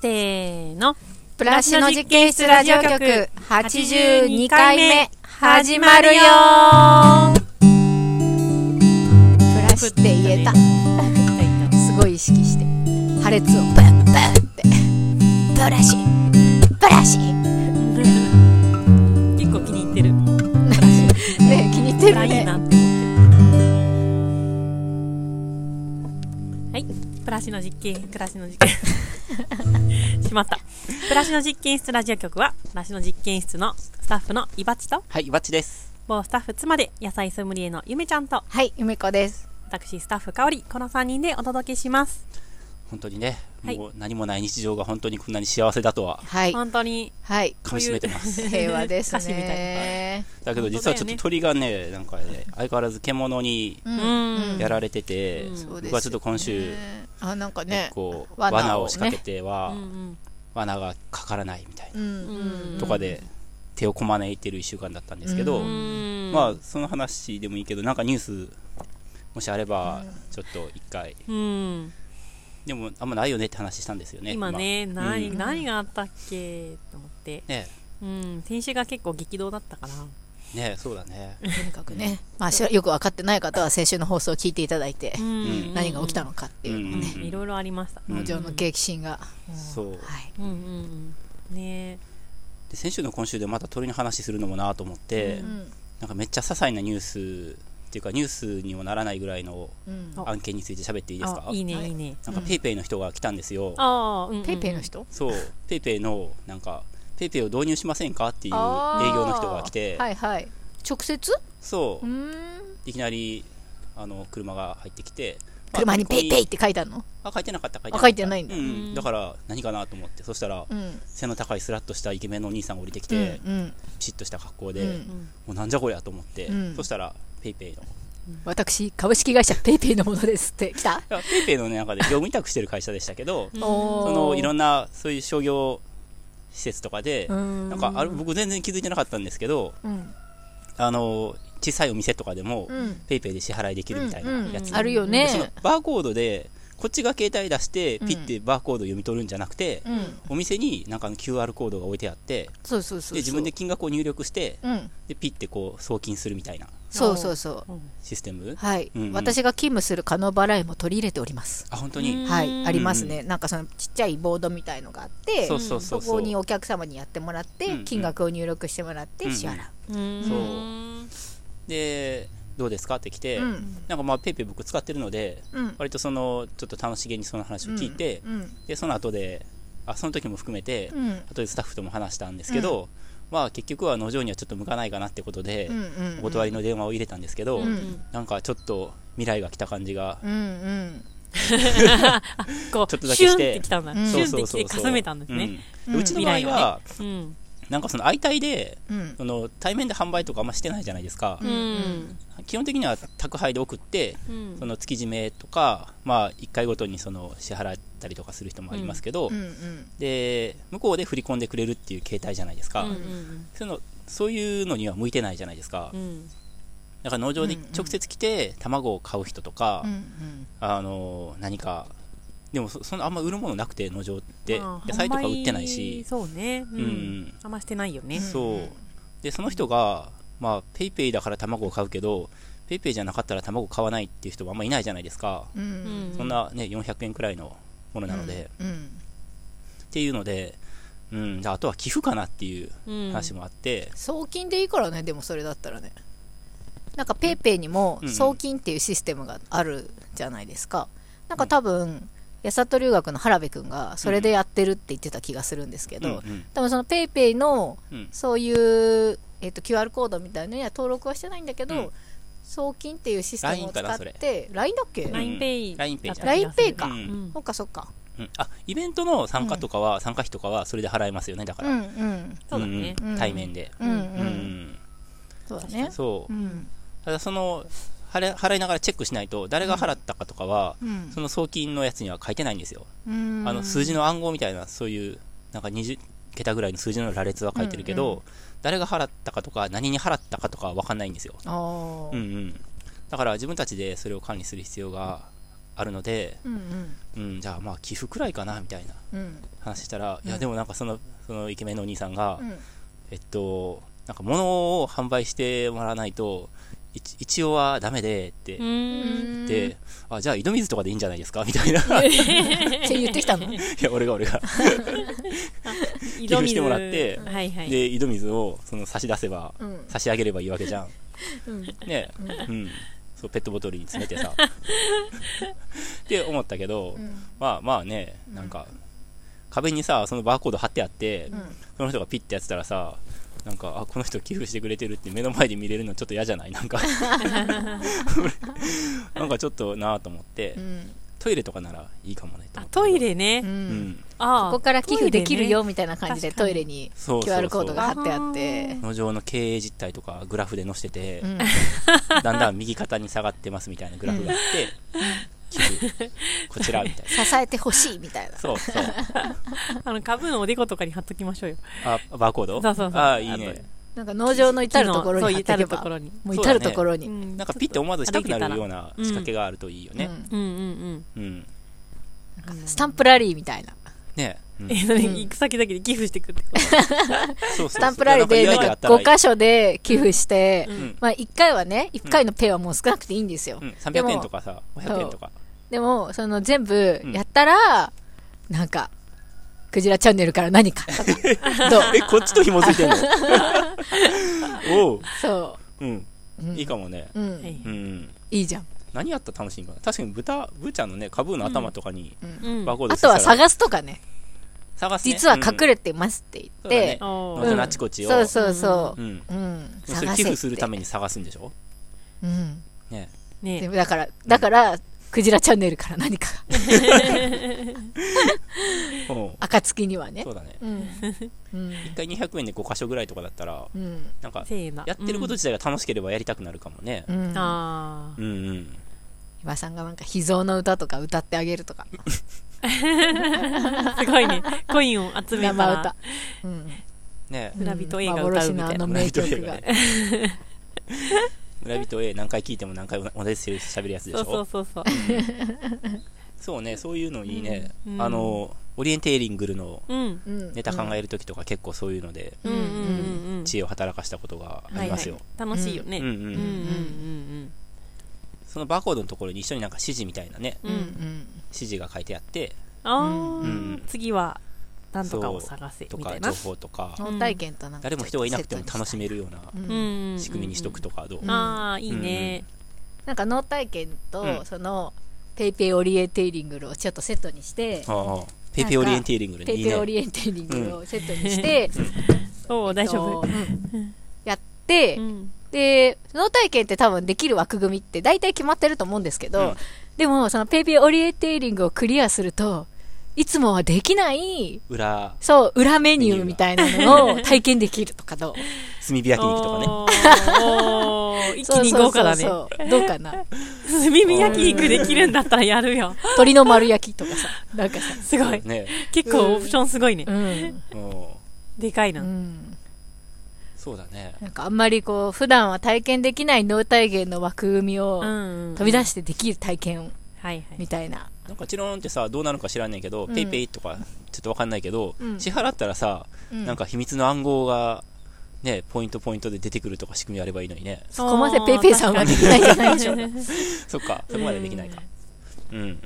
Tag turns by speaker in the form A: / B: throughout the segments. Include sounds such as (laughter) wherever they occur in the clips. A: せーの。
B: プラシの実験室ラジオ局82回目始まるよプラシって言
A: (laughs)
B: えた。すごい意識して。破裂をブンブンって。ブラシブラシ
A: 結構気に入ってる。
B: ね気に入ってる
A: いいなっ
B: ね。
A: て思ってる。はい。プラシの実験、プラシの実
B: (laughs)
A: 験。しまった。プラシの実験室ラジオ局は、プラシの実験室のスタッフのイバチと、
C: はい、バッチです。
A: 某スタッフ妻で野菜ソムリエのゆめちゃんと、
B: はい、ゆめこです。
A: 私スタッフかおり、この3人でお届けします。
C: 本当にね、
A: はい
C: もう何もない日常が本当にこんなに幸せだとは
B: はい。
A: 本当に
B: はい。
C: 噛み締めてます。
B: 平和です
A: 歌詞みた (laughs)
B: ね。
C: だけど実はちょっと鳥がね、なんかね、相変わらず獣に
B: う。
A: うんん。
C: やられてて、
A: うん
B: そうですよね
C: 僕はちょっと今週、
B: あ、なんかね
C: 結。構
B: 罠をね
C: 罠を仕掛けては、
A: うん
C: 罠がかからないみたいな、
B: うん
A: うん
C: とかで手をこまねいてる1週間だったんですけど、
B: う
A: うんん。
C: まあその話でもいいけど、なんかニュース、もしあれば、ちょっと一回、
A: うん。
C: でもあんまないよねって話したんですよね。
A: 今ね、何、
C: うん
A: 何があったっけと思って。
C: ね
A: うん。先週が結構激動だったから。
C: ねそうだね。
B: とにかくね、まあ、しらよく分かってない方は先週の放送を聞いていただいて、
A: うん
B: 何が起きた
A: の
B: のかっていうのをね、
C: うん
A: いろいろありました。
C: うん
B: 農場の激震が、
C: そう
B: もはい、
A: うんうんうん。ね
C: で先週の今週でまた鳥の話するのもなと思って、
A: う
B: うん
C: なんかめっちゃ些細なニュースっていうかニュースにもならないぐらいの
B: うん
A: あ
C: 案件について喋っていいですか
A: あいいね、、
B: はいい
A: いね。
C: なんかペイペイの人が来たんですよ、
A: ああ、うんうん。
B: ペイペイの人
C: そうペイペイのなんかペイペイを導入しませんかっていう営業の人が来て、
B: はいはい直接
C: そうう
B: ーん
C: いきなりあの車が入ってきて
B: 車に
C: まあ
B: ペイペイっ
C: こ
B: て書いてあるの
C: こにあ書いてなかった書いて
B: あ書いてないん
C: ん
B: だ
C: だ、うん、だから何かなと思ってそしたら、
B: うん
C: 背の高いスラッとしたイケメンのお兄さんが降りてき
B: う
C: て、
B: ん
C: ピシッとした格好
B: うん
C: で、
A: う
C: も
A: ん。
C: うなんじゃこりゃと思って、
B: うん
C: そしたらペイペイの
B: 私株式会社ペイペイのものですって来た
C: いやペイペイの中で業務委託してる会社でしたけど
A: うん
C: そのいろ
B: ん
C: んなそういう商業施設とかで、なんかあれ僕全然気づいてなかったんですけど
B: うん
C: あの小さいお店とかでも、
B: うん
C: ペイペイで支払いできるみたいなやつ、
B: うんあるよ
C: その
B: ね
C: バーコードでこっちが携帯出して
B: うん
C: ピッてバーコード読み取るんじゃなくて、
B: うん
C: お店になんかの QR コードが置いてあって
B: そうそうそうそう
C: で自分で金額を入力して
B: うん
C: でピッてこう送金するみたいな
B: そうそうそう
A: うん
C: システム
B: はい、
C: うんうん
B: 私が勤務する可能払いも取り入れております
C: あ本当に、
A: うん
B: はい、ありますね、なんかそのちっちゃいボードみたいのがあって、そ
C: そ
B: う
C: そうそう
B: こ
C: そう
B: にお客様にやってもらって、
C: うんうん
B: 金額を入力してもらっ
C: う
B: て、
C: んうん
B: 支払
A: う
B: う。
A: ん。
C: そう
A: うん
C: でどうですかって来て、
B: うん
C: なんかまあペイペイ僕使ってるので
B: うん
C: 割とそのちょっと楽しげにその話を聞いて、
B: うん
C: でその後であその時も含めて、
B: うん
C: 後でスタッフとも話したんですけど、まあ結局は農場にはちょっと向かないかなってことで、
B: うんうんうん
C: お断りの電話を入れたんですけど、
B: うん
C: なんかちょっと未来が来た感じが、
B: うんうん
A: こ
C: ちょ
A: う、
C: っとだ
A: シ
C: け
A: ュンっ
C: して
A: てきたんだ。
B: うん
A: シ
C: そ
A: ュ
C: う
A: ンっ
C: そ
A: て
C: う
A: きて
C: そうそう
A: かすめたんですね。
C: うんでうちの場合
A: 未来
C: は、
A: うん。
C: なんかその相対で
B: うん
C: その対面で販売とかあんましてないじゃないですか、
A: うん。
C: 基本的には宅配で送って
A: うん
C: その月締めとか、まあ、1回ごとにその支払ったりとかする人もありますけど、
B: うんうん
C: で向こうで振り込んでくれるっていう形態じゃないですか、
A: うんうん
C: そういうのそういうのには向いてないじゃないですか、
A: うん。
C: だから農場に直接来て卵を買う人とか、
B: うんうん
C: あの何かでもそそのあんま売るものなくて農場って、
A: まあ
C: 野菜とか売ってないし
A: 販売そうね。う。
C: うんん
A: あんましてないよね。
C: そうでその人がまあペイペイだから卵を買うけどペイペイじゃなかったら卵買わないっていう人はあんまいないじゃないですか、
B: うんう
A: うんん
C: そんなね400円くらいのものなので、
B: うん
C: っていうのでうん、であとは寄付かなっていう話もあって、
B: 送金でいいからねでもそれだったらねなんかペイペイにも
C: うんうん
B: 送金っていうシステムがあるじゃないですかなんか多分八里留学の原部君がそれでやってるって言ってた気がするんですけど、
C: うん
B: 多分そのペイペイの
C: うんうん
B: そういう、えっと QR コードみたいなのには登録はしてないんだけど、
C: うん
B: 送金っていうシステムを使
C: LINE かな
B: っ
C: それ
B: て LINE だっけ、
A: ラインペイ。
C: LINEPay じゃ
B: な LINEPay か
A: うん
B: そっかそっか
C: うんあイベントの参加とかは、参加費とかはそれで払えますよねだか
B: う
C: ら、
B: んうん
A: そうだね。
C: ん対面で、
B: うんうん、
C: うん
B: そうだね
C: そう
B: うん
C: ただその払い払いながらチェックしないと誰が払ったかとかは、
B: うん
C: その送金のやつには書いてないんですよ、あの数字の暗号みたいなそういうなんか20桁ぐらいの数字の羅列は書いてるけど、
B: うん
C: 誰が払ったかとか何に払ったかとかは分かんないんですよ、
B: あー
C: うんうん、だから自分たちでそれを管理する必要があるので、
B: うんうん
C: うん、じゃあまあ寄付くらいかなみたいな
B: うん
C: 話したら、いうや
B: ん
C: でもなんかそのそのイケメンのお兄さんが、
B: うん
C: えっとなんか物を販売してもらわないと一一応はダメでって
A: う
C: 言
A: ーん。
C: っ
B: って
C: て、あじゃあ井戸水とかでいいんじゃないですかみた (laughs) いない
B: 言ってきたの
C: や俺が俺
B: (laughs)
C: が
A: 井
C: 寄付してもらって
A: はいはい。
C: で井戸水をその差し出せば
B: うん
C: 差し上げればいいわけじゃん
B: うん
C: ねうんそうペットボトルに詰
B: (laughs)
C: めてさって思ったけど、
B: うん
C: まあまあねなんか壁にさそのバーコード貼ってあって、その人がピッてやってたらさ、なんか、あ、この人寄付してくれてるって目の前で見れるのちょっと嫌じゃない
A: (laughs)
C: なんか俺。なんかちょっとなぁと思って
B: う、ん
C: トイレとかならいいかもねと
A: あ
C: 思って。
A: トイレ
B: う
A: ね。
C: うんん。
A: ああ。
B: ここから寄付できるよ
A: ト
B: みたいな感じで
A: 確か
B: ト
A: に
B: イレに
C: そうそうそう
B: QR コードが貼ってあって
C: 農場の経営実態とかグラフで載せてて
B: う、ん
C: だんだん右肩に下がってますみたいなグラフがあって、寄付、こちらみたいな。
B: 支えてほしいみたいな
C: そうそう。
A: イレね。あの、株のおでことかに貼っときましょうよ。
C: あ、バーコード
A: そうそうそう
C: あ、いいね。
B: なんか農場の至るところ
A: そう
B: に
A: 至
B: 貼っていけ
A: るとこ
B: ば
A: ろに。
B: もう至るところに
A: な
C: なんかピッて思わずしたくなるよう
A: な。
C: な仕掛けがあるといいよね。
B: うん
A: うんうん
C: うん。
A: うん。
B: スタンプラリーみたいな
C: ねうん
A: え、何行く先々で寄付してくってこ
C: そうそうそう
B: スタンプラリーで
C: いや
B: なん
C: なんか祝いがあっ
B: か
C: たらいい
B: 5箇所で寄付して、
A: と。う
C: うんん
B: まあ1回はね1回のペイはもう少なくていいんですよ、
C: うん、300円とかさ、500円とか。
B: でもその全部やったら、なんかクジラチャンネルから
C: (laughs)
B: 何かとかどう
C: え、こっちと紐付
B: (laughs)
C: いてんのおう。
B: そ
C: うん。
B: う、うん
C: いいかもね。
B: うん
A: はい
C: うん。
B: いいじゃん、
C: 何やったら楽しいんかな確かに豚、ブーちゃんのね、カブーの頭とかに
B: うん
A: うん。
C: バーコード
B: あとは
C: してたら
B: 探すとかね
C: 探すね。
B: 実は隠
C: れ
B: れてますって言って、
C: て
A: お
C: う
A: ー
C: ん
B: うん
C: あちこちを
B: そうそうそ
C: うん。
B: う、うん、
C: それ
B: 探
C: 寄
B: せ
C: 付
B: っ
C: す
B: て
C: るために探すんでしょ
B: うん
C: ね。
A: ね
B: でだからだから、クジラチャンネルから何か
C: うん。
B: 暁にはね
C: そうだね。
B: うんうん
C: 一回200円で5箇所ぐらいとかだったら、
B: うん
C: なんか、
A: せーの。
C: やってること自体が楽しければやりたくなるかもね
B: う。ん
A: うんあ
C: うんうん。
B: 岩さんがなんか秘蔵の歌とか歌ってあげるとか
A: あ。 (laughs) すごいね。コインを集めた
B: 生
A: ら
B: 歌、、うん、
C: ね
A: 村人 A が歌うみた
B: 幻
A: いな
B: のあの名曲が
C: 村人 A 何回聞いても何回も同じセリフ喋るやつでし
A: そう
C: ょ
A: そうそうそう。
C: そうね、そういうのいいね。
A: うん
C: あの、オリエンテーリングルの
A: うん。
B: うん
C: ネタ考えるときとか結構そういうので、
A: うんうんうんうん。
C: 知恵を働かしたことがありますよ。
A: 楽しいよね。
C: うんうん
A: うんうん
C: そのバーコードのところに一緒になんか指示みたいなね、
A: うんう
B: う
A: んん
B: う
A: うん。
B: ん
C: 指示が書いてあって、
A: あ
C: う
A: ー
C: ん
A: 次は、なんとかを探せ、
C: と
A: みた
C: か
A: い
C: 情
A: な。
C: 報とか、
A: ん
B: 本体験となんか
C: 誰も人がいなくても楽し
B: み
C: めるよう
B: う
C: なん
A: うん
C: 仕組みにしとくとかどう、
B: うん
A: ああいいね、
B: なんか脳体験と、
C: うん
B: そのペイペイオリエンテーリングルをちょっとセットにして
C: ああペイペイオリエンテーリングルね
B: ペ
C: い
B: イ
C: い
B: ペイ
C: ね。
B: オリエンテーリングルをセットにして、
A: そう大丈夫
B: そううんやって、
A: うん
B: で脳体験って多分できる枠組みって大体決まってると思うんですけど、
C: うん
B: でもそのペイペイオリエンテーリングをクリアするといつもはできない
C: 裏、
B: そう裏メニューみたいなのを体験できるとかどう
C: 炭火焼肉とかね。
A: おーおー
B: (laughs)
A: 一気に豪華だね (laughs)
B: そうそうそうそうどうかな
A: 炭火焼肉できるんだったらやるよ
B: 鶏の丸焼きとかさなんかさ
A: すごい
C: ね、
A: 結構オプションすごいね、
B: うん、
C: うん
A: でかいうな、
B: ん、
C: そうだね。
B: なんかあんまりこう普段は体験できない脳体験の枠組みを
A: うん
B: 飛び出
A: し
B: してできる体験
A: はいはい
B: みたいな、
C: なんかチローンってさ、どうなるか知らんねんけど、
B: うん
C: ペイペイとかちょっとわかんないけど、
B: うん
C: 支払ったらさ、
B: うん
C: なんか秘密の暗号が、ね、ポイントポイントで出てくるとか仕組みあればいいのにね。
B: そこまでペイペイさんはできないじゃない
A: (laughs)
B: でしょ
C: そっか、そこまでできないか。うん。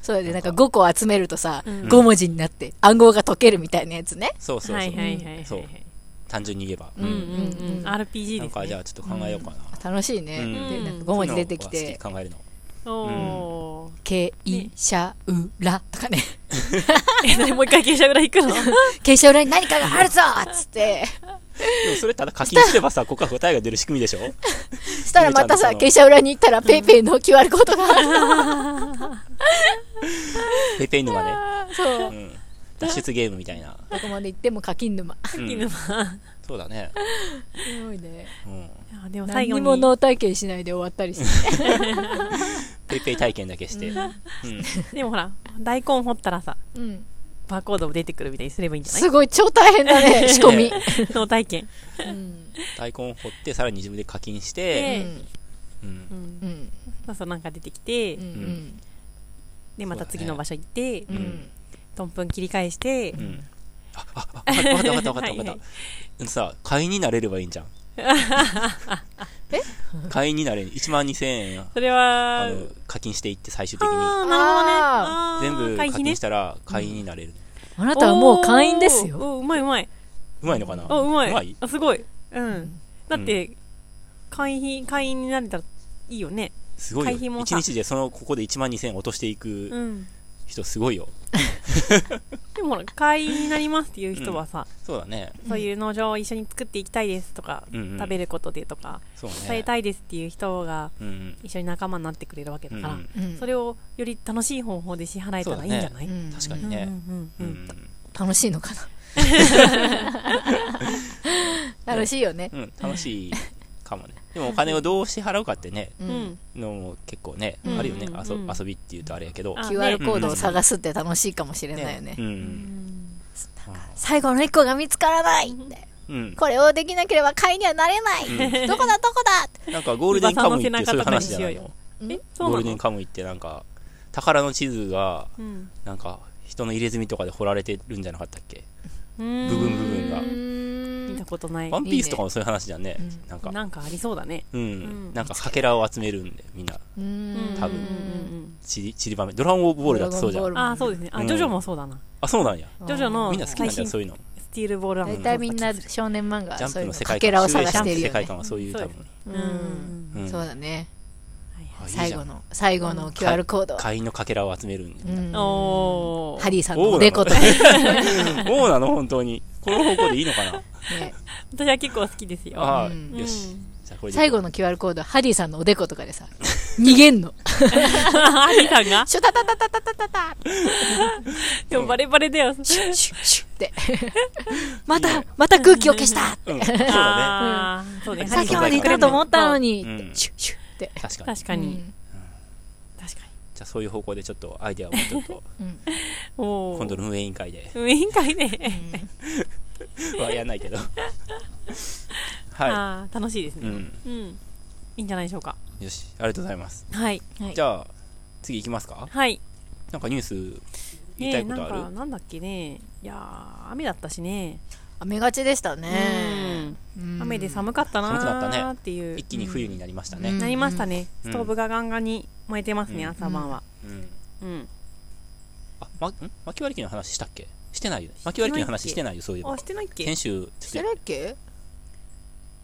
B: そうでなんか5個集めるとさ、
A: うん
B: 5文字になって暗号が解けるみたいなやつね
C: そうそうそう。
A: はいはいはいはい
C: そう単純に言えば。
A: うんうんうん
B: うん
A: RPG
C: なん
A: です
C: かじゃ
A: ね
C: あちょっと考えようかな。
B: 楽しいね、
C: うん
B: でなん
A: うん
B: か5文字出てき
C: そうい
B: て
C: うのは好き考えるの。
A: おー
B: 「けいしゃうら」とかね
A: え何もう一回傾斜裏行くの
B: 「けいしゃうらに何かがあるぞ!」っつ
C: (laughs)
B: って
C: でもそれただ課金すればさ、ここから答えが出る仕組みでしょ
B: そしたらまた
C: ゆうちゃん
B: さ
C: の
B: けいしゃうらに行ったらペイペイの QR コードがある
C: ペイペイ沼ね。
B: そう
C: うん。脱出ゲームみたいな。
B: どこまで行っても課金沼
C: うん
A: 犬は
C: そうだね。
B: すごいね
C: うん。
A: いやでも最
B: 何
A: 後に
B: にも脳体験しないで終わったりして
C: ペイペイ体験だけして。うん。
A: でもほら大根掘ったらさ
B: うん
A: バーコードも出てくるみたいにすればいいんじゃない
B: すごい超大変だ
C: (laughs)
B: ね仕込み、
A: (laughs) 脳体験
B: うん
C: 大根掘って、さらに自分で課金し
B: う
A: え
C: て、
A: え
B: ん
C: うん
A: うん
B: うん
A: そうそうなんか出てきて、
B: うんうん
A: でまた次の場所行って、
B: う
C: うんん
A: トンプン切り返して、
C: うんあああ分かった分かった分かった分かった、
A: はい
C: さ会員になれればいいんじゃん
B: え
C: 会員になれ1万2000円
A: それは
C: あの課金していって最終的に
A: あーな
B: あ
A: る
C: 全
A: ほどねあー
C: 部課
A: 会費
C: 金
A: ね
C: したら会員になれる、
B: あなたはもう会員ですよ
A: おーおーうまいうまいう
C: まいのかな
A: おうまいあすごいうんだって、会費会員になれたらいいよね
C: すごい
A: 会費
C: よ
A: も
C: 一
A: さ
C: 日でそのここで1万2000円落としていうく
A: ん
C: 人すごいよ、
A: でもほら会員になりますっていう人はさ、
C: そうだね
A: そういう農場を一緒に作っていきたいですとか、
C: うんうん
A: 食べることでとか
C: そうね
A: 伝えたいですっていう人が
C: うんうん
A: 一緒に仲間になってくれるわけ
C: う
A: だ
C: ん
A: から、
C: うん
B: うん
A: それをより楽しい方法で支払えたらいいんじゃない、
B: うん
C: 確かにね
A: うんう
C: うん
A: うん
C: ん
B: 楽しいの
C: (laughs)
B: かな楽しいよね
C: うん楽しいかもね (laughs) でもお金をどう支払うかってね
B: う
A: うんうん
B: ん
C: のも結構ね、
B: うん
C: あるよね、
A: うん
C: 遊
A: うん
C: 遊びっていうとあれやけど、
A: あ
B: QR コードを探すって楽しいかもしれないよね
C: うん
A: うん
B: 最後の一個が見つからないって
C: うん
B: これをできなければ会員にはなれないどこだどこだ
C: なんかゴールデンカムイってそういう話じゃない
A: お
C: の
A: えそうな
C: ゴールデン
A: の
C: カムイってなんか宝の地図が
A: うん
C: なんか人の入れ墨とかで掘られてるんじゃなかったっけ
A: 部分
C: 部分部分が
B: う
A: 見
B: ー
A: た
B: ん
A: ことない
C: ワンピースとかもそういう話じゃんね
B: いいね
C: なんか
A: なんかありそうだね
C: うん、
A: ん
C: なんかかけらを集めるんでみんな
B: うーん
C: 多分
A: うん
C: ちりちりばめドラゴンボールだってそうじゃ
B: ドラゴンボー
A: うん
B: ル
C: ん
A: んああそうですねあ
C: うん
A: ジョジョもそうだな
C: あそうなんや
A: ジョジョの
C: みんな好きなん
A: 最
C: だ
A: 新
C: よそういうの
A: スティールボールア
B: 大体みんな少年漫画
C: ジャ
B: は
C: ン
B: そう
C: プ
B: いう
C: の
B: の
C: 世
B: か
C: 界
B: け
C: 観
B: らを
C: 集英
B: 探
C: ジャ
B: し
C: ン
B: て
C: プ
B: る
C: 世
B: よ
C: 界
B: ね
C: 観はそういう多分
A: う
B: うんん
C: うん
B: そうだね
C: あいいじゃ
B: 最後
C: ん
B: の最後の QR コード
C: 会員のかけらを集めるんで、
B: うん
A: おお
B: ハリーさんの
C: お
B: おでことか
C: (laughs) そうなの本当にこの方向でいいのかな
B: ね
A: 私は結構好きですよ
C: ああ、
B: うん
C: よ
A: う
C: し
A: ん
C: じゃあこれで
B: 最後の QR コードハリーさんのおでことかでさ逃げんの
A: ハリーさんが
B: シュタタタタタタタタ
A: でもバレバレだよ
B: シュッシュッシュッってまたまた空気を消した
C: うん、そうだね。
A: あーそうね
B: さっきまでいたと思ったのに
C: うん
B: シュッシュッって
C: 確かに。
A: 確か
B: う
A: に
B: ん
A: 確かに
C: じゃあそういう方向でちょっとアイデアをちょっと、
B: うん
A: おお
C: 今度の運営委員会で
A: 委員会ね
C: (laughs) はやんないけど。は
A: あー楽しいです
C: い。う
A: ね
C: ん。
A: うんいいんじゃないでしょうか
C: よし。ありがとうございます。
A: はい
B: はい
C: じゃあ、次行きますか
A: はい
C: なんかニュース言いた
A: ね
C: いこ
A: な
C: と
A: ん
C: あ
A: か
C: る
A: なんだっけねいやー雨だったしね
B: 雨がちでした
A: う
B: ね
A: ん
B: うん
A: 雨で寒かったな
C: 寒くなったね
A: ーっていう
C: 一気に冬になりました
B: うん
C: ね。
A: なりましたね、
C: う
A: ス
C: ん
A: トーブがガンガンに燃えてますね、
C: うん
A: 朝晩は、
C: うん。
A: うん
C: あ、ま、ん巻き割り機の話したっけしてないよね。巻き割り機の話してないよ、そういえば
A: あし。てないっけ
C: 先週、
B: し
C: ち
B: て
C: ょっと
B: るっけ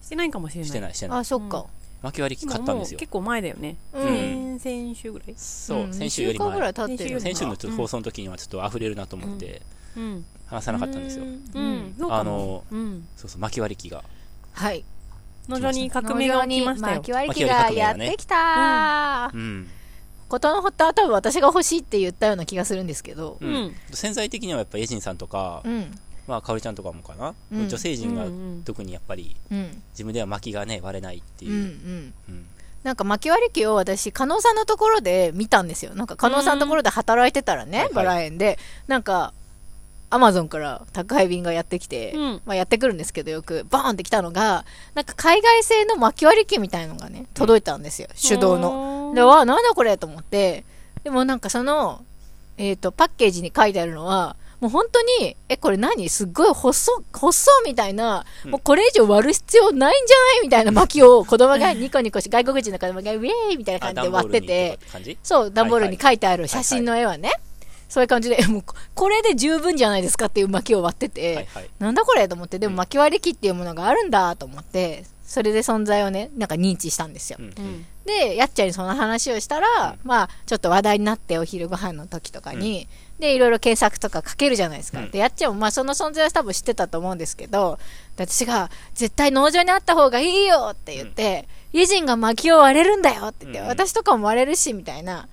A: してないかもしれない
C: してない、してない。
B: あそっか
C: 巻き割り機
A: 今
C: 買ったん
A: もう
C: ですよ
A: 結。構前だよね、
B: うん
A: 先先週ぐらい、
C: そうう、
B: ん
C: 先週より
B: 二週間ぐら
C: 前。
B: い経ってるよな
C: 先週のちょっと放送の時にはちょっと溢れるなと思って、
A: うん、
C: 話さなかったんですよ
A: う。ん、
B: うん
A: そうかも
C: あの
A: うん、
C: そうそう、巻き割り機が。
B: はい
A: 農場に革命が起きましたよ
B: 農場にき割り機がやってきた
C: うん。
B: ことの発端は多分私が欲しいって言ったような気がするんですけど
A: う
C: うんん潜在的にはやっぱエジンさんとか、
B: うん
C: まあ、かおりちゃんとかもかな、
B: うん
C: 女性陣が
A: うんうん
C: 特にやっぱり
B: うん
C: 自分では薪がね割れないって
B: う
C: い
B: んう
C: う、
B: ん
C: うん
B: なんか薪割り機を私、加納さんのところで見たんですよ。なんか加納さんのところで働いてたら
C: はい
B: ね
C: は、い
B: バラ園で、なんか、アマゾンから宅配便がやってきて、
A: うん
B: まあやってくるんですけど、よく、バーンって来たのが、なんか海外製の薪割り機みたいのがね、届いたんですよ、手動の。
A: の
B: で、わあ、なんだこれと思って、でもなんかその、えっ、と、パッケージに書いてあるのは、もう本当に、え、これ何すっごい細、細みたいな、
C: うん
B: もうこれ以上割る必要ないんじゃないみたいな薪を子供がニコニコして、外国人の子供がウェーイみたいな感じ
C: あ段
B: で
C: ボー
B: 割っ
C: ル
B: て
C: にって
B: て、
C: 感じ
B: そう、段ボールに書いてある写真の絵はね、そういう感じで、えもうここれで十分じゃないですかっていう薪を割ってて、
C: はいはい
B: なんだこれと思って、でも薪割り機っていうものがあるんだと思って、それで存在をね、なんか認知したんですよ。
C: うん
A: うん
B: で、やっちゃんにその話をしたら、まあ、ちょっと話題になって、お昼ご飯の時とかに、で、いろいろ検索とかかけるじゃないですか。
C: うん
B: で、やっちゃんも、まあ、その存在は多分知ってたと思うんですけど、で私が、絶対農場にあった方がいいよって言って、家人が薪を割れるんだよって言って、
C: うん
B: 私とかも割れるし、みたいな。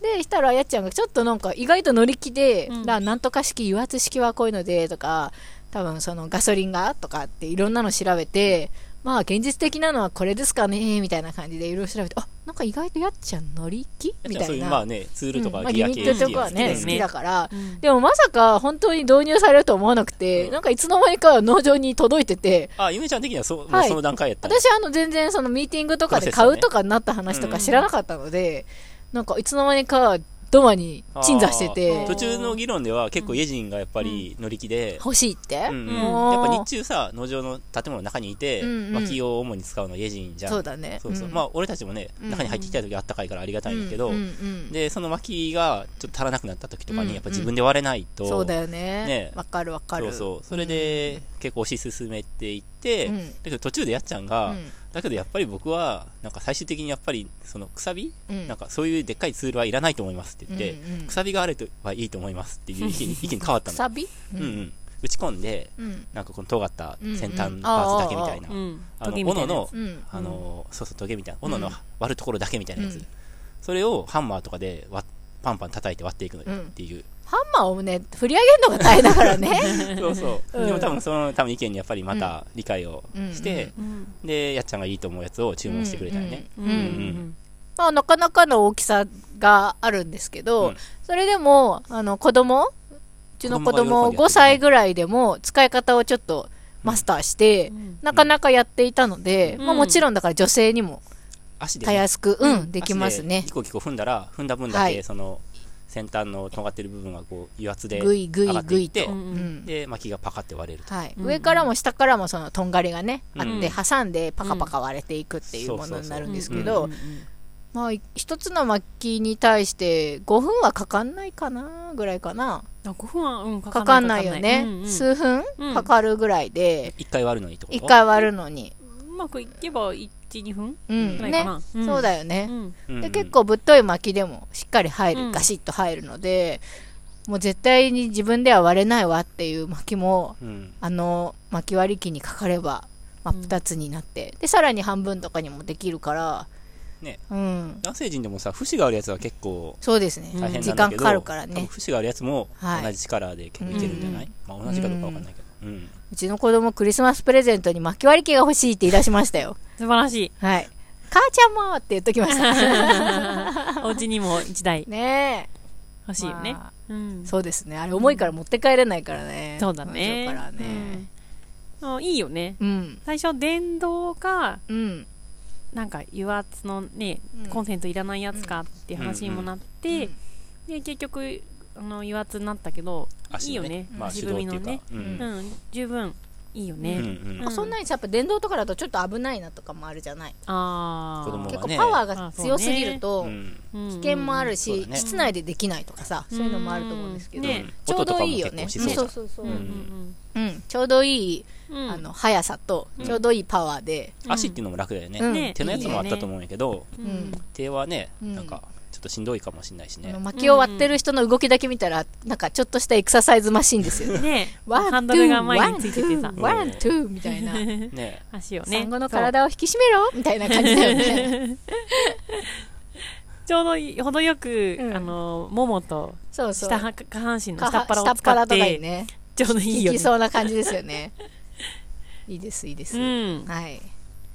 B: で、したら、やっちゃんがちょっとなんか、意外と乗り気で、
A: うん
B: だなんとか式、油圧式はこういうので、とか、多分そのガソリンがとかっていろんなの調べて、まあ現実的なのはこれですかねみたいな感じでいろいろ調べて、あなんか意外とやっちゃん乗り気みた
C: そう
B: い
C: いう
B: な。
C: まあねツールと
B: うん
C: か
B: まあ
C: ギ
B: ギ
C: ア
B: ミ
C: 系
B: ックとかは
A: だよ
B: ね、
A: ね
B: 好きだから。
A: うん
B: でもまさか本当に導入されると思わなくて、
C: うん
B: なんかいつの間にか農場に届いてて、
C: あゆめちゃん的にはそう、も
B: は
C: う
B: い
C: その段階やった
B: 私あの全然そのミーティングとかで買うとかになった話とか知らなかったので、なんかいつの間にかドマに鎮座して
A: あ
B: て
A: ー
C: 途中の議論では結構家人がやっぱり乗り気で、
B: 欲しいって、
C: うんうん
A: うん
C: やっぱ日中さ農場の建物の中にいて、
B: うんうん
C: 薪を主に使うのは家人じゃん
B: そうだね
C: そうそう、
B: ん
C: まあ俺たちもね
B: うん
C: 中に入ってきた時あったかいからありがたいんだけど、
B: うんうんうん
C: でその薪がちょっと足らなくなった時とか
B: うん
C: にやっぱ自分で割れないと、
B: そうだよね
C: ね
B: わ、かるわかる
C: そうそうそれで結構推し進めていって、
B: うん
C: だけど途中でやっちゃん
B: う
C: が、
B: ん
C: だけどやっぱり僕はなんか最終的にやっぱりそのくさび、
B: うん
C: なんかそういうでっかいツールはいらないと思いますって言って、
B: うんうん
C: くさびがあるとはいいと思いますっていう意見に意見に変わった
B: く
C: の、
B: さびう
C: うんうん、打ち込んで
B: うん
C: なんかこの尖った先端のパーツだけみたいな、
A: うん。
C: あの
A: 時計みたいなや
C: 斧の
A: つ。
B: うん
C: あのそうそうトゲみたいな斧の
B: うん
C: 割るところだけみたいなやつ、
B: うん
C: それをハンマーとかで割パンパン叩いて割っていくの
B: う
C: よ
B: ん
C: っ
B: (laughs)
C: ていう、
B: ハンマーをね振り上げるのが大変だからね
C: そうそう、
B: うん
C: でも多分その多分意見にやっぱりまた理解をして、
A: うん。
C: でやっちゃんがいいと思うやつを注文してくれたよね、
A: う
B: うんん
A: う
B: うんん
A: うん。
B: まあなかなかの大きさがあるんですけど、
C: うん
B: それでもあの子供うちの子
C: 子供が喜
B: 供
C: んでやってるね
B: 5歳ぐらいでも使い方をちょっとマスターして、
A: うん
B: なかなかやっていたので、
A: うん
B: まあ、もちろんだから女性にも
C: 足で
B: た
C: ね、
B: やすく、うん、できます
C: 足
B: ね
C: でギコギコ踏んだら踏んだ分だ
B: は
C: け
B: い
C: その先端の尖ってる部分がこう油圧で
B: ぐいぐ
C: 上が
B: い
C: って
B: ぐ
C: いっ
B: いと、
C: て
B: う
A: うん
B: ん
C: で巻きがパカって割れると
B: はい
A: うん
B: 上からも下からもそのとんがりがね、あっ
A: う
B: て
A: ん
B: 挟んでパカパカ割れていくっていうものになるんですけど、
A: うんうん
B: まあ一つの薪に対して5分はかかんないかなぐらいかな
A: あ5分は、うん、
B: かかんないよね、
A: うんうん
B: 数分
A: うん
B: かかるぐらいで、
C: 一回割るのにってこと
B: 一回割るのに、
A: うまくいけば1、2分
B: うん
A: ぐらいか
B: ね
A: な。
B: そうだよ
A: よ
B: ね、
A: ね。
C: うんうん
B: で結構ぶっとい薪でもしっかり入る、
A: うん
B: ガシッと入るのでもう絶対に自分では割れないわっていう薪も
C: うん
B: あの薪割り機にかかれば真っ二つになって、でさらに半分とかにもできるから
C: ね
B: うん
C: 男性陣でもさ節があるやつは結構
B: そうですね、
A: うん
C: 大変な
B: 時
C: んだ
B: 間
C: けど、
B: かかるから
C: 多分
B: ね
C: 節があるやつも
B: はい
C: 同じ力で結構いけるんじゃない、まあ、同じかどうかわかんないけど、うん
B: うちの子供クリスマスプレゼントに薪割り機が欲しいって言い出しまし
A: (laughs)
B: たよ
A: 素晴らしい。
B: はい母ちゃんもって言っときました
A: (laughs) お家にも1台
B: ねえ
A: 欲しいよね。
B: まあ
A: うん。
B: そうですねあれ重いから持って帰れないからね、
A: そうだね。
B: 農場からね
A: うんあいいよね。
B: うん
A: 最初、電動か、
B: うん
A: なんか油圧のね、
B: うん
A: コンセントいらないやつかって話にもなって、
B: うん
A: で結局あの油圧になったけどいい
C: 足
A: よ
C: のね
A: ね
C: まあ
A: 足
C: 手動っ
A: 踏
C: てい
A: み
C: う
A: の
C: か、
A: ね
C: うん
A: うん、十分いいよ
C: うんう
A: ね、
C: ん
A: うん
B: そんなにさやっぱ電動とかだとちょっと危ないなとかもあるじゃない、
A: ああ
C: 子供
B: 結
C: は
B: 構
C: ね
B: パワーが強すぎると、
C: うん
A: 危
B: 危険もあるし、
C: そうだね
B: 室内でできないとかさ、そういうのもあると思うんですけど、
A: ね
C: うん
B: ちょうどいいよね
C: 音とかも結構
B: うん
C: しそうじゃ
B: そ
C: ん
B: うそうそう、
A: うん
B: う
A: うんん
B: ちょうどいい、
A: うんうん
B: あの速さとちょうどいいパワーで、
A: うん
C: 足っていうのも楽だよね、
B: うん
A: ね
C: 手のやつもあったと思うんやけど、
A: うんん
C: 手はね、
B: うん
C: なんかちょっとしんどいかもしれないし
B: あ
C: ね
B: の、薪を割ってる人の動きだけ見たら、なんかちょっとしたエクササイズマシンですよね
A: ね
B: ワ
A: (laughs) ハ
B: ン、
A: ン
B: ツ
A: ドル
B: ー、
A: が
B: ワ
A: 前
B: ン、
A: に
B: ツ
A: ついててさ
B: ー、ワン、ツーみた
A: (laughs)
B: いな、
C: ね
A: 足をね
B: 産後の
A: そう
B: 体を引き締めろみたいな感じだ
A: (laughs)
B: よね。
A: ちょうどいい程よく、
B: うん
A: あのももと
B: そうそう。
A: 下半下半身の
B: か
A: 下っ腹を
B: 下っ
A: 使
B: 腹
A: っ
B: とか
A: て、
B: にね、
A: ちょうどいい
B: い
A: よ
B: き
A: ね
B: そうな感じですよね。いいです、いいです。
A: うん
B: はい。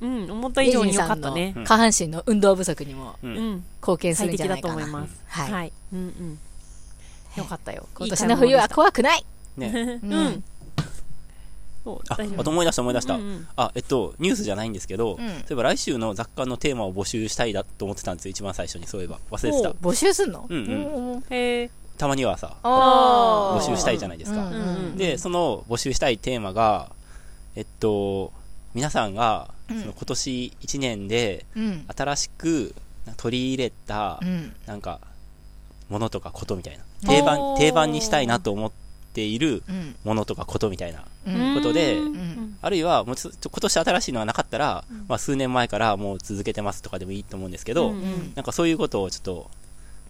A: うん思った以上に良かった
B: エイ
A: ね
B: ジンさんの下半身の運動不足にも
C: う
A: うんん
B: 貢献す
A: 最
B: るんじ
A: 適だ
B: ゃない
A: と
B: か
A: 思い
B: な。
A: ます
B: はい
A: はい、うんうんよかったよ
B: 今年の冬は怖くない。
A: (laughs)
C: ね
A: う
B: うんん
A: そう
C: あ
A: 大丈夫
C: あと思い出した思い出した、
A: うんうん
C: あえっとニュースじゃないんですけど、
B: ん
C: そういえば来週の雑感のテーマを募集したいだと思ってたんですよ一番最初にそういえば忘れてた
B: 募集すんの？
C: うんうん
B: うん。
A: へえ
C: たまにはさ
B: あー
C: 募集したいじゃないですか
B: うん
A: うん
C: でその募集したいテーマがえっと皆さんがその今年1年で
B: うん。
C: 新しく取り入れた
B: うん。
C: なんかものとかことみたいな定番定番にしたいなと思っている
B: うん。
C: ものとかことみたいな
B: うん。
C: ことで
A: うん
B: うん
C: あるいは、もうちょっと今年新しいのがなかったら、まあ数年前からもう続けてますとかでもいいと思うんですけど、
A: うん
B: うん
C: なんかそういうことをちょっと、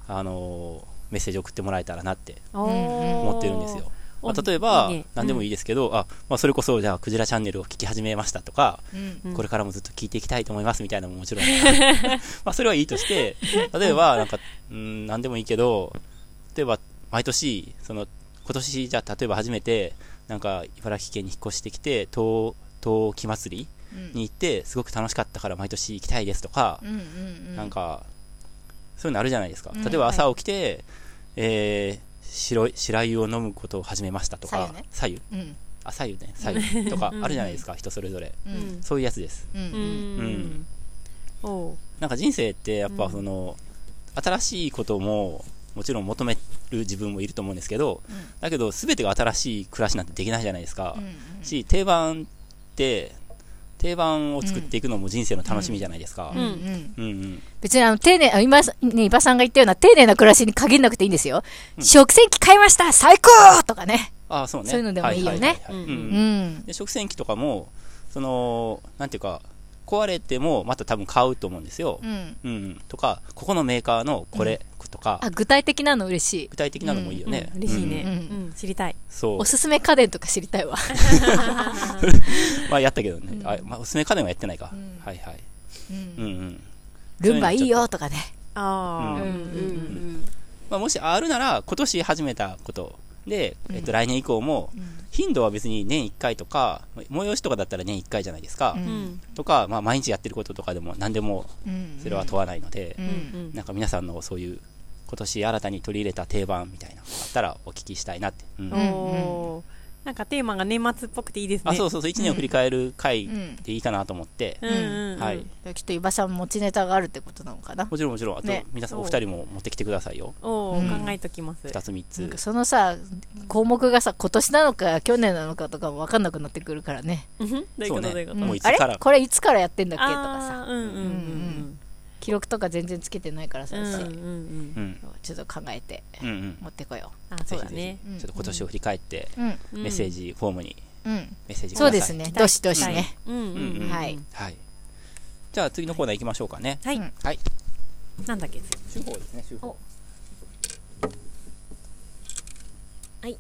C: あのーメッセージ送ってもらえたらなって思ってるんですよ。まあ、例えば、何でもい
A: い
C: いですけど、あ、まあそれこそ、じゃあ、クジラチャンネルを聞き始めましたとか、
B: うん
A: うん
C: これからもずっと聞いていきたいと思いますみたいなのももちろん。まあそれはいいとして、例えば、なんか、うん、何でもいいけど、例えば、毎年、その、今年じゃあ、例えば初めて、なんか、茨城県に引っ越してきて、東、東木祭り
B: うん
C: に行って、すごく楽しかったから毎年行きたいですとか、
B: うんうん
C: なんか、そういうのあるじゃないですか。
B: うん
C: 例えば朝起きて、えー、白い、白湯を飲むことを始めましたとか、左右、
B: うん
C: あ、
B: (laughs)
C: 左右ね、左右とかあるじゃないですか、人それぞれ。
B: う
A: うんん
C: そういうやつです。
B: う
A: うんんおう
C: なんか人生ってやっ
A: う
C: ぱ
A: ん
C: その、新しいことも、もちろん求める自分もいると思うんですけど、だけど全てが新しい暮らしなんてできないじゃないですか
B: う、んうん
C: し定番って定番を作っていくのも人生の楽しみじゃないですか、
B: うんうん
C: うんうん、
B: 別にあの丁寧あ今ね伊庭さんが言ったような丁寧な暮らしに限らなくていいんですよ、
C: うん
B: 食洗機買いました最高とかね
C: ああそうね
B: そういうのでもいいよね
C: ははは
A: うん
C: うん
B: う、
C: うんんで食洗機とかもそのなんていうか壊れてもまた多分買うと思うんですよ
B: う、ん、
C: うんうんとかここのメーカーのこれとか、
B: あ具体的なの嬉しい
C: 具体的なのもいいよね、
A: うん嬉しいね、
B: う
A: うんん知りたい
C: うんそう
B: おすすめ家電とか知りたいわ
C: まあやったけどね、
B: うん
C: あまあ、おすすめ家電はやってないか、
B: うん
C: はいはい、
B: う
C: うんんうん
B: ルンバいいよとかね
A: ああ、うん
C: うん
A: うん
C: まあ、もしあるなら今年始めたことで、えっ
B: うん
C: と、来年以降も
B: うん
C: 頻度は別に年1回とか催しとかだったら年1回じゃないですか、
B: う
A: うんんうん
C: とか、まあ、毎日やってることとかでも何でも
B: うん
C: それは問わないので
B: う、
A: うん
B: ん
A: うん
C: なんか皆さんのそういう今年新たに取り入れた定番みたいなのがあったらお聞きしたいなって、うん
B: うん
A: おーなんかテーマが年末っぽくていいですね
C: あそうそうそう1年を振り返る回
B: うん
C: でいいかなと思って、
A: うんうんうん、
C: はい
B: きっと伊庭さん持ちネタがあるってことなのかな
C: もちろんもちろんあと
B: ね
C: 皆さん
A: そ
C: お
A: う
C: 二人も持ってきてくださいよ
A: おお、
B: うん
A: 考えときます
C: 2つ3つ
B: なんかそのさ項目がさ今年なのか去年なのかとかも分かんなくなってくるからね、
A: うんどういう
C: そ
A: こと
C: うね
A: どういうこ
B: う
A: と
B: ん
C: もういつ
B: あ
C: から
B: れこれいつからやってんだっけとか
A: あ
B: さ
A: ーうんうんうん
B: 記録とか全然つけてないからさ、
A: うんうん
B: 私
A: うんう
C: う
A: ん
C: ん
B: ちょっと考えて
C: うんうん
B: 持ってこよ
A: あそうだね
B: うん
C: ちょっと今年を振り返って
B: ううん
A: うん
C: メッセージフォームに
B: うん
C: メッセージ
B: そ
C: くださ
B: う
C: い、
B: ですねどしどしね、
A: うんうんうん
B: はい
C: はいじゃあ次のコーナー行きましょうかね
A: はい、
B: うん
C: はい
A: なんだっけ
C: 手法ですね手
A: おはい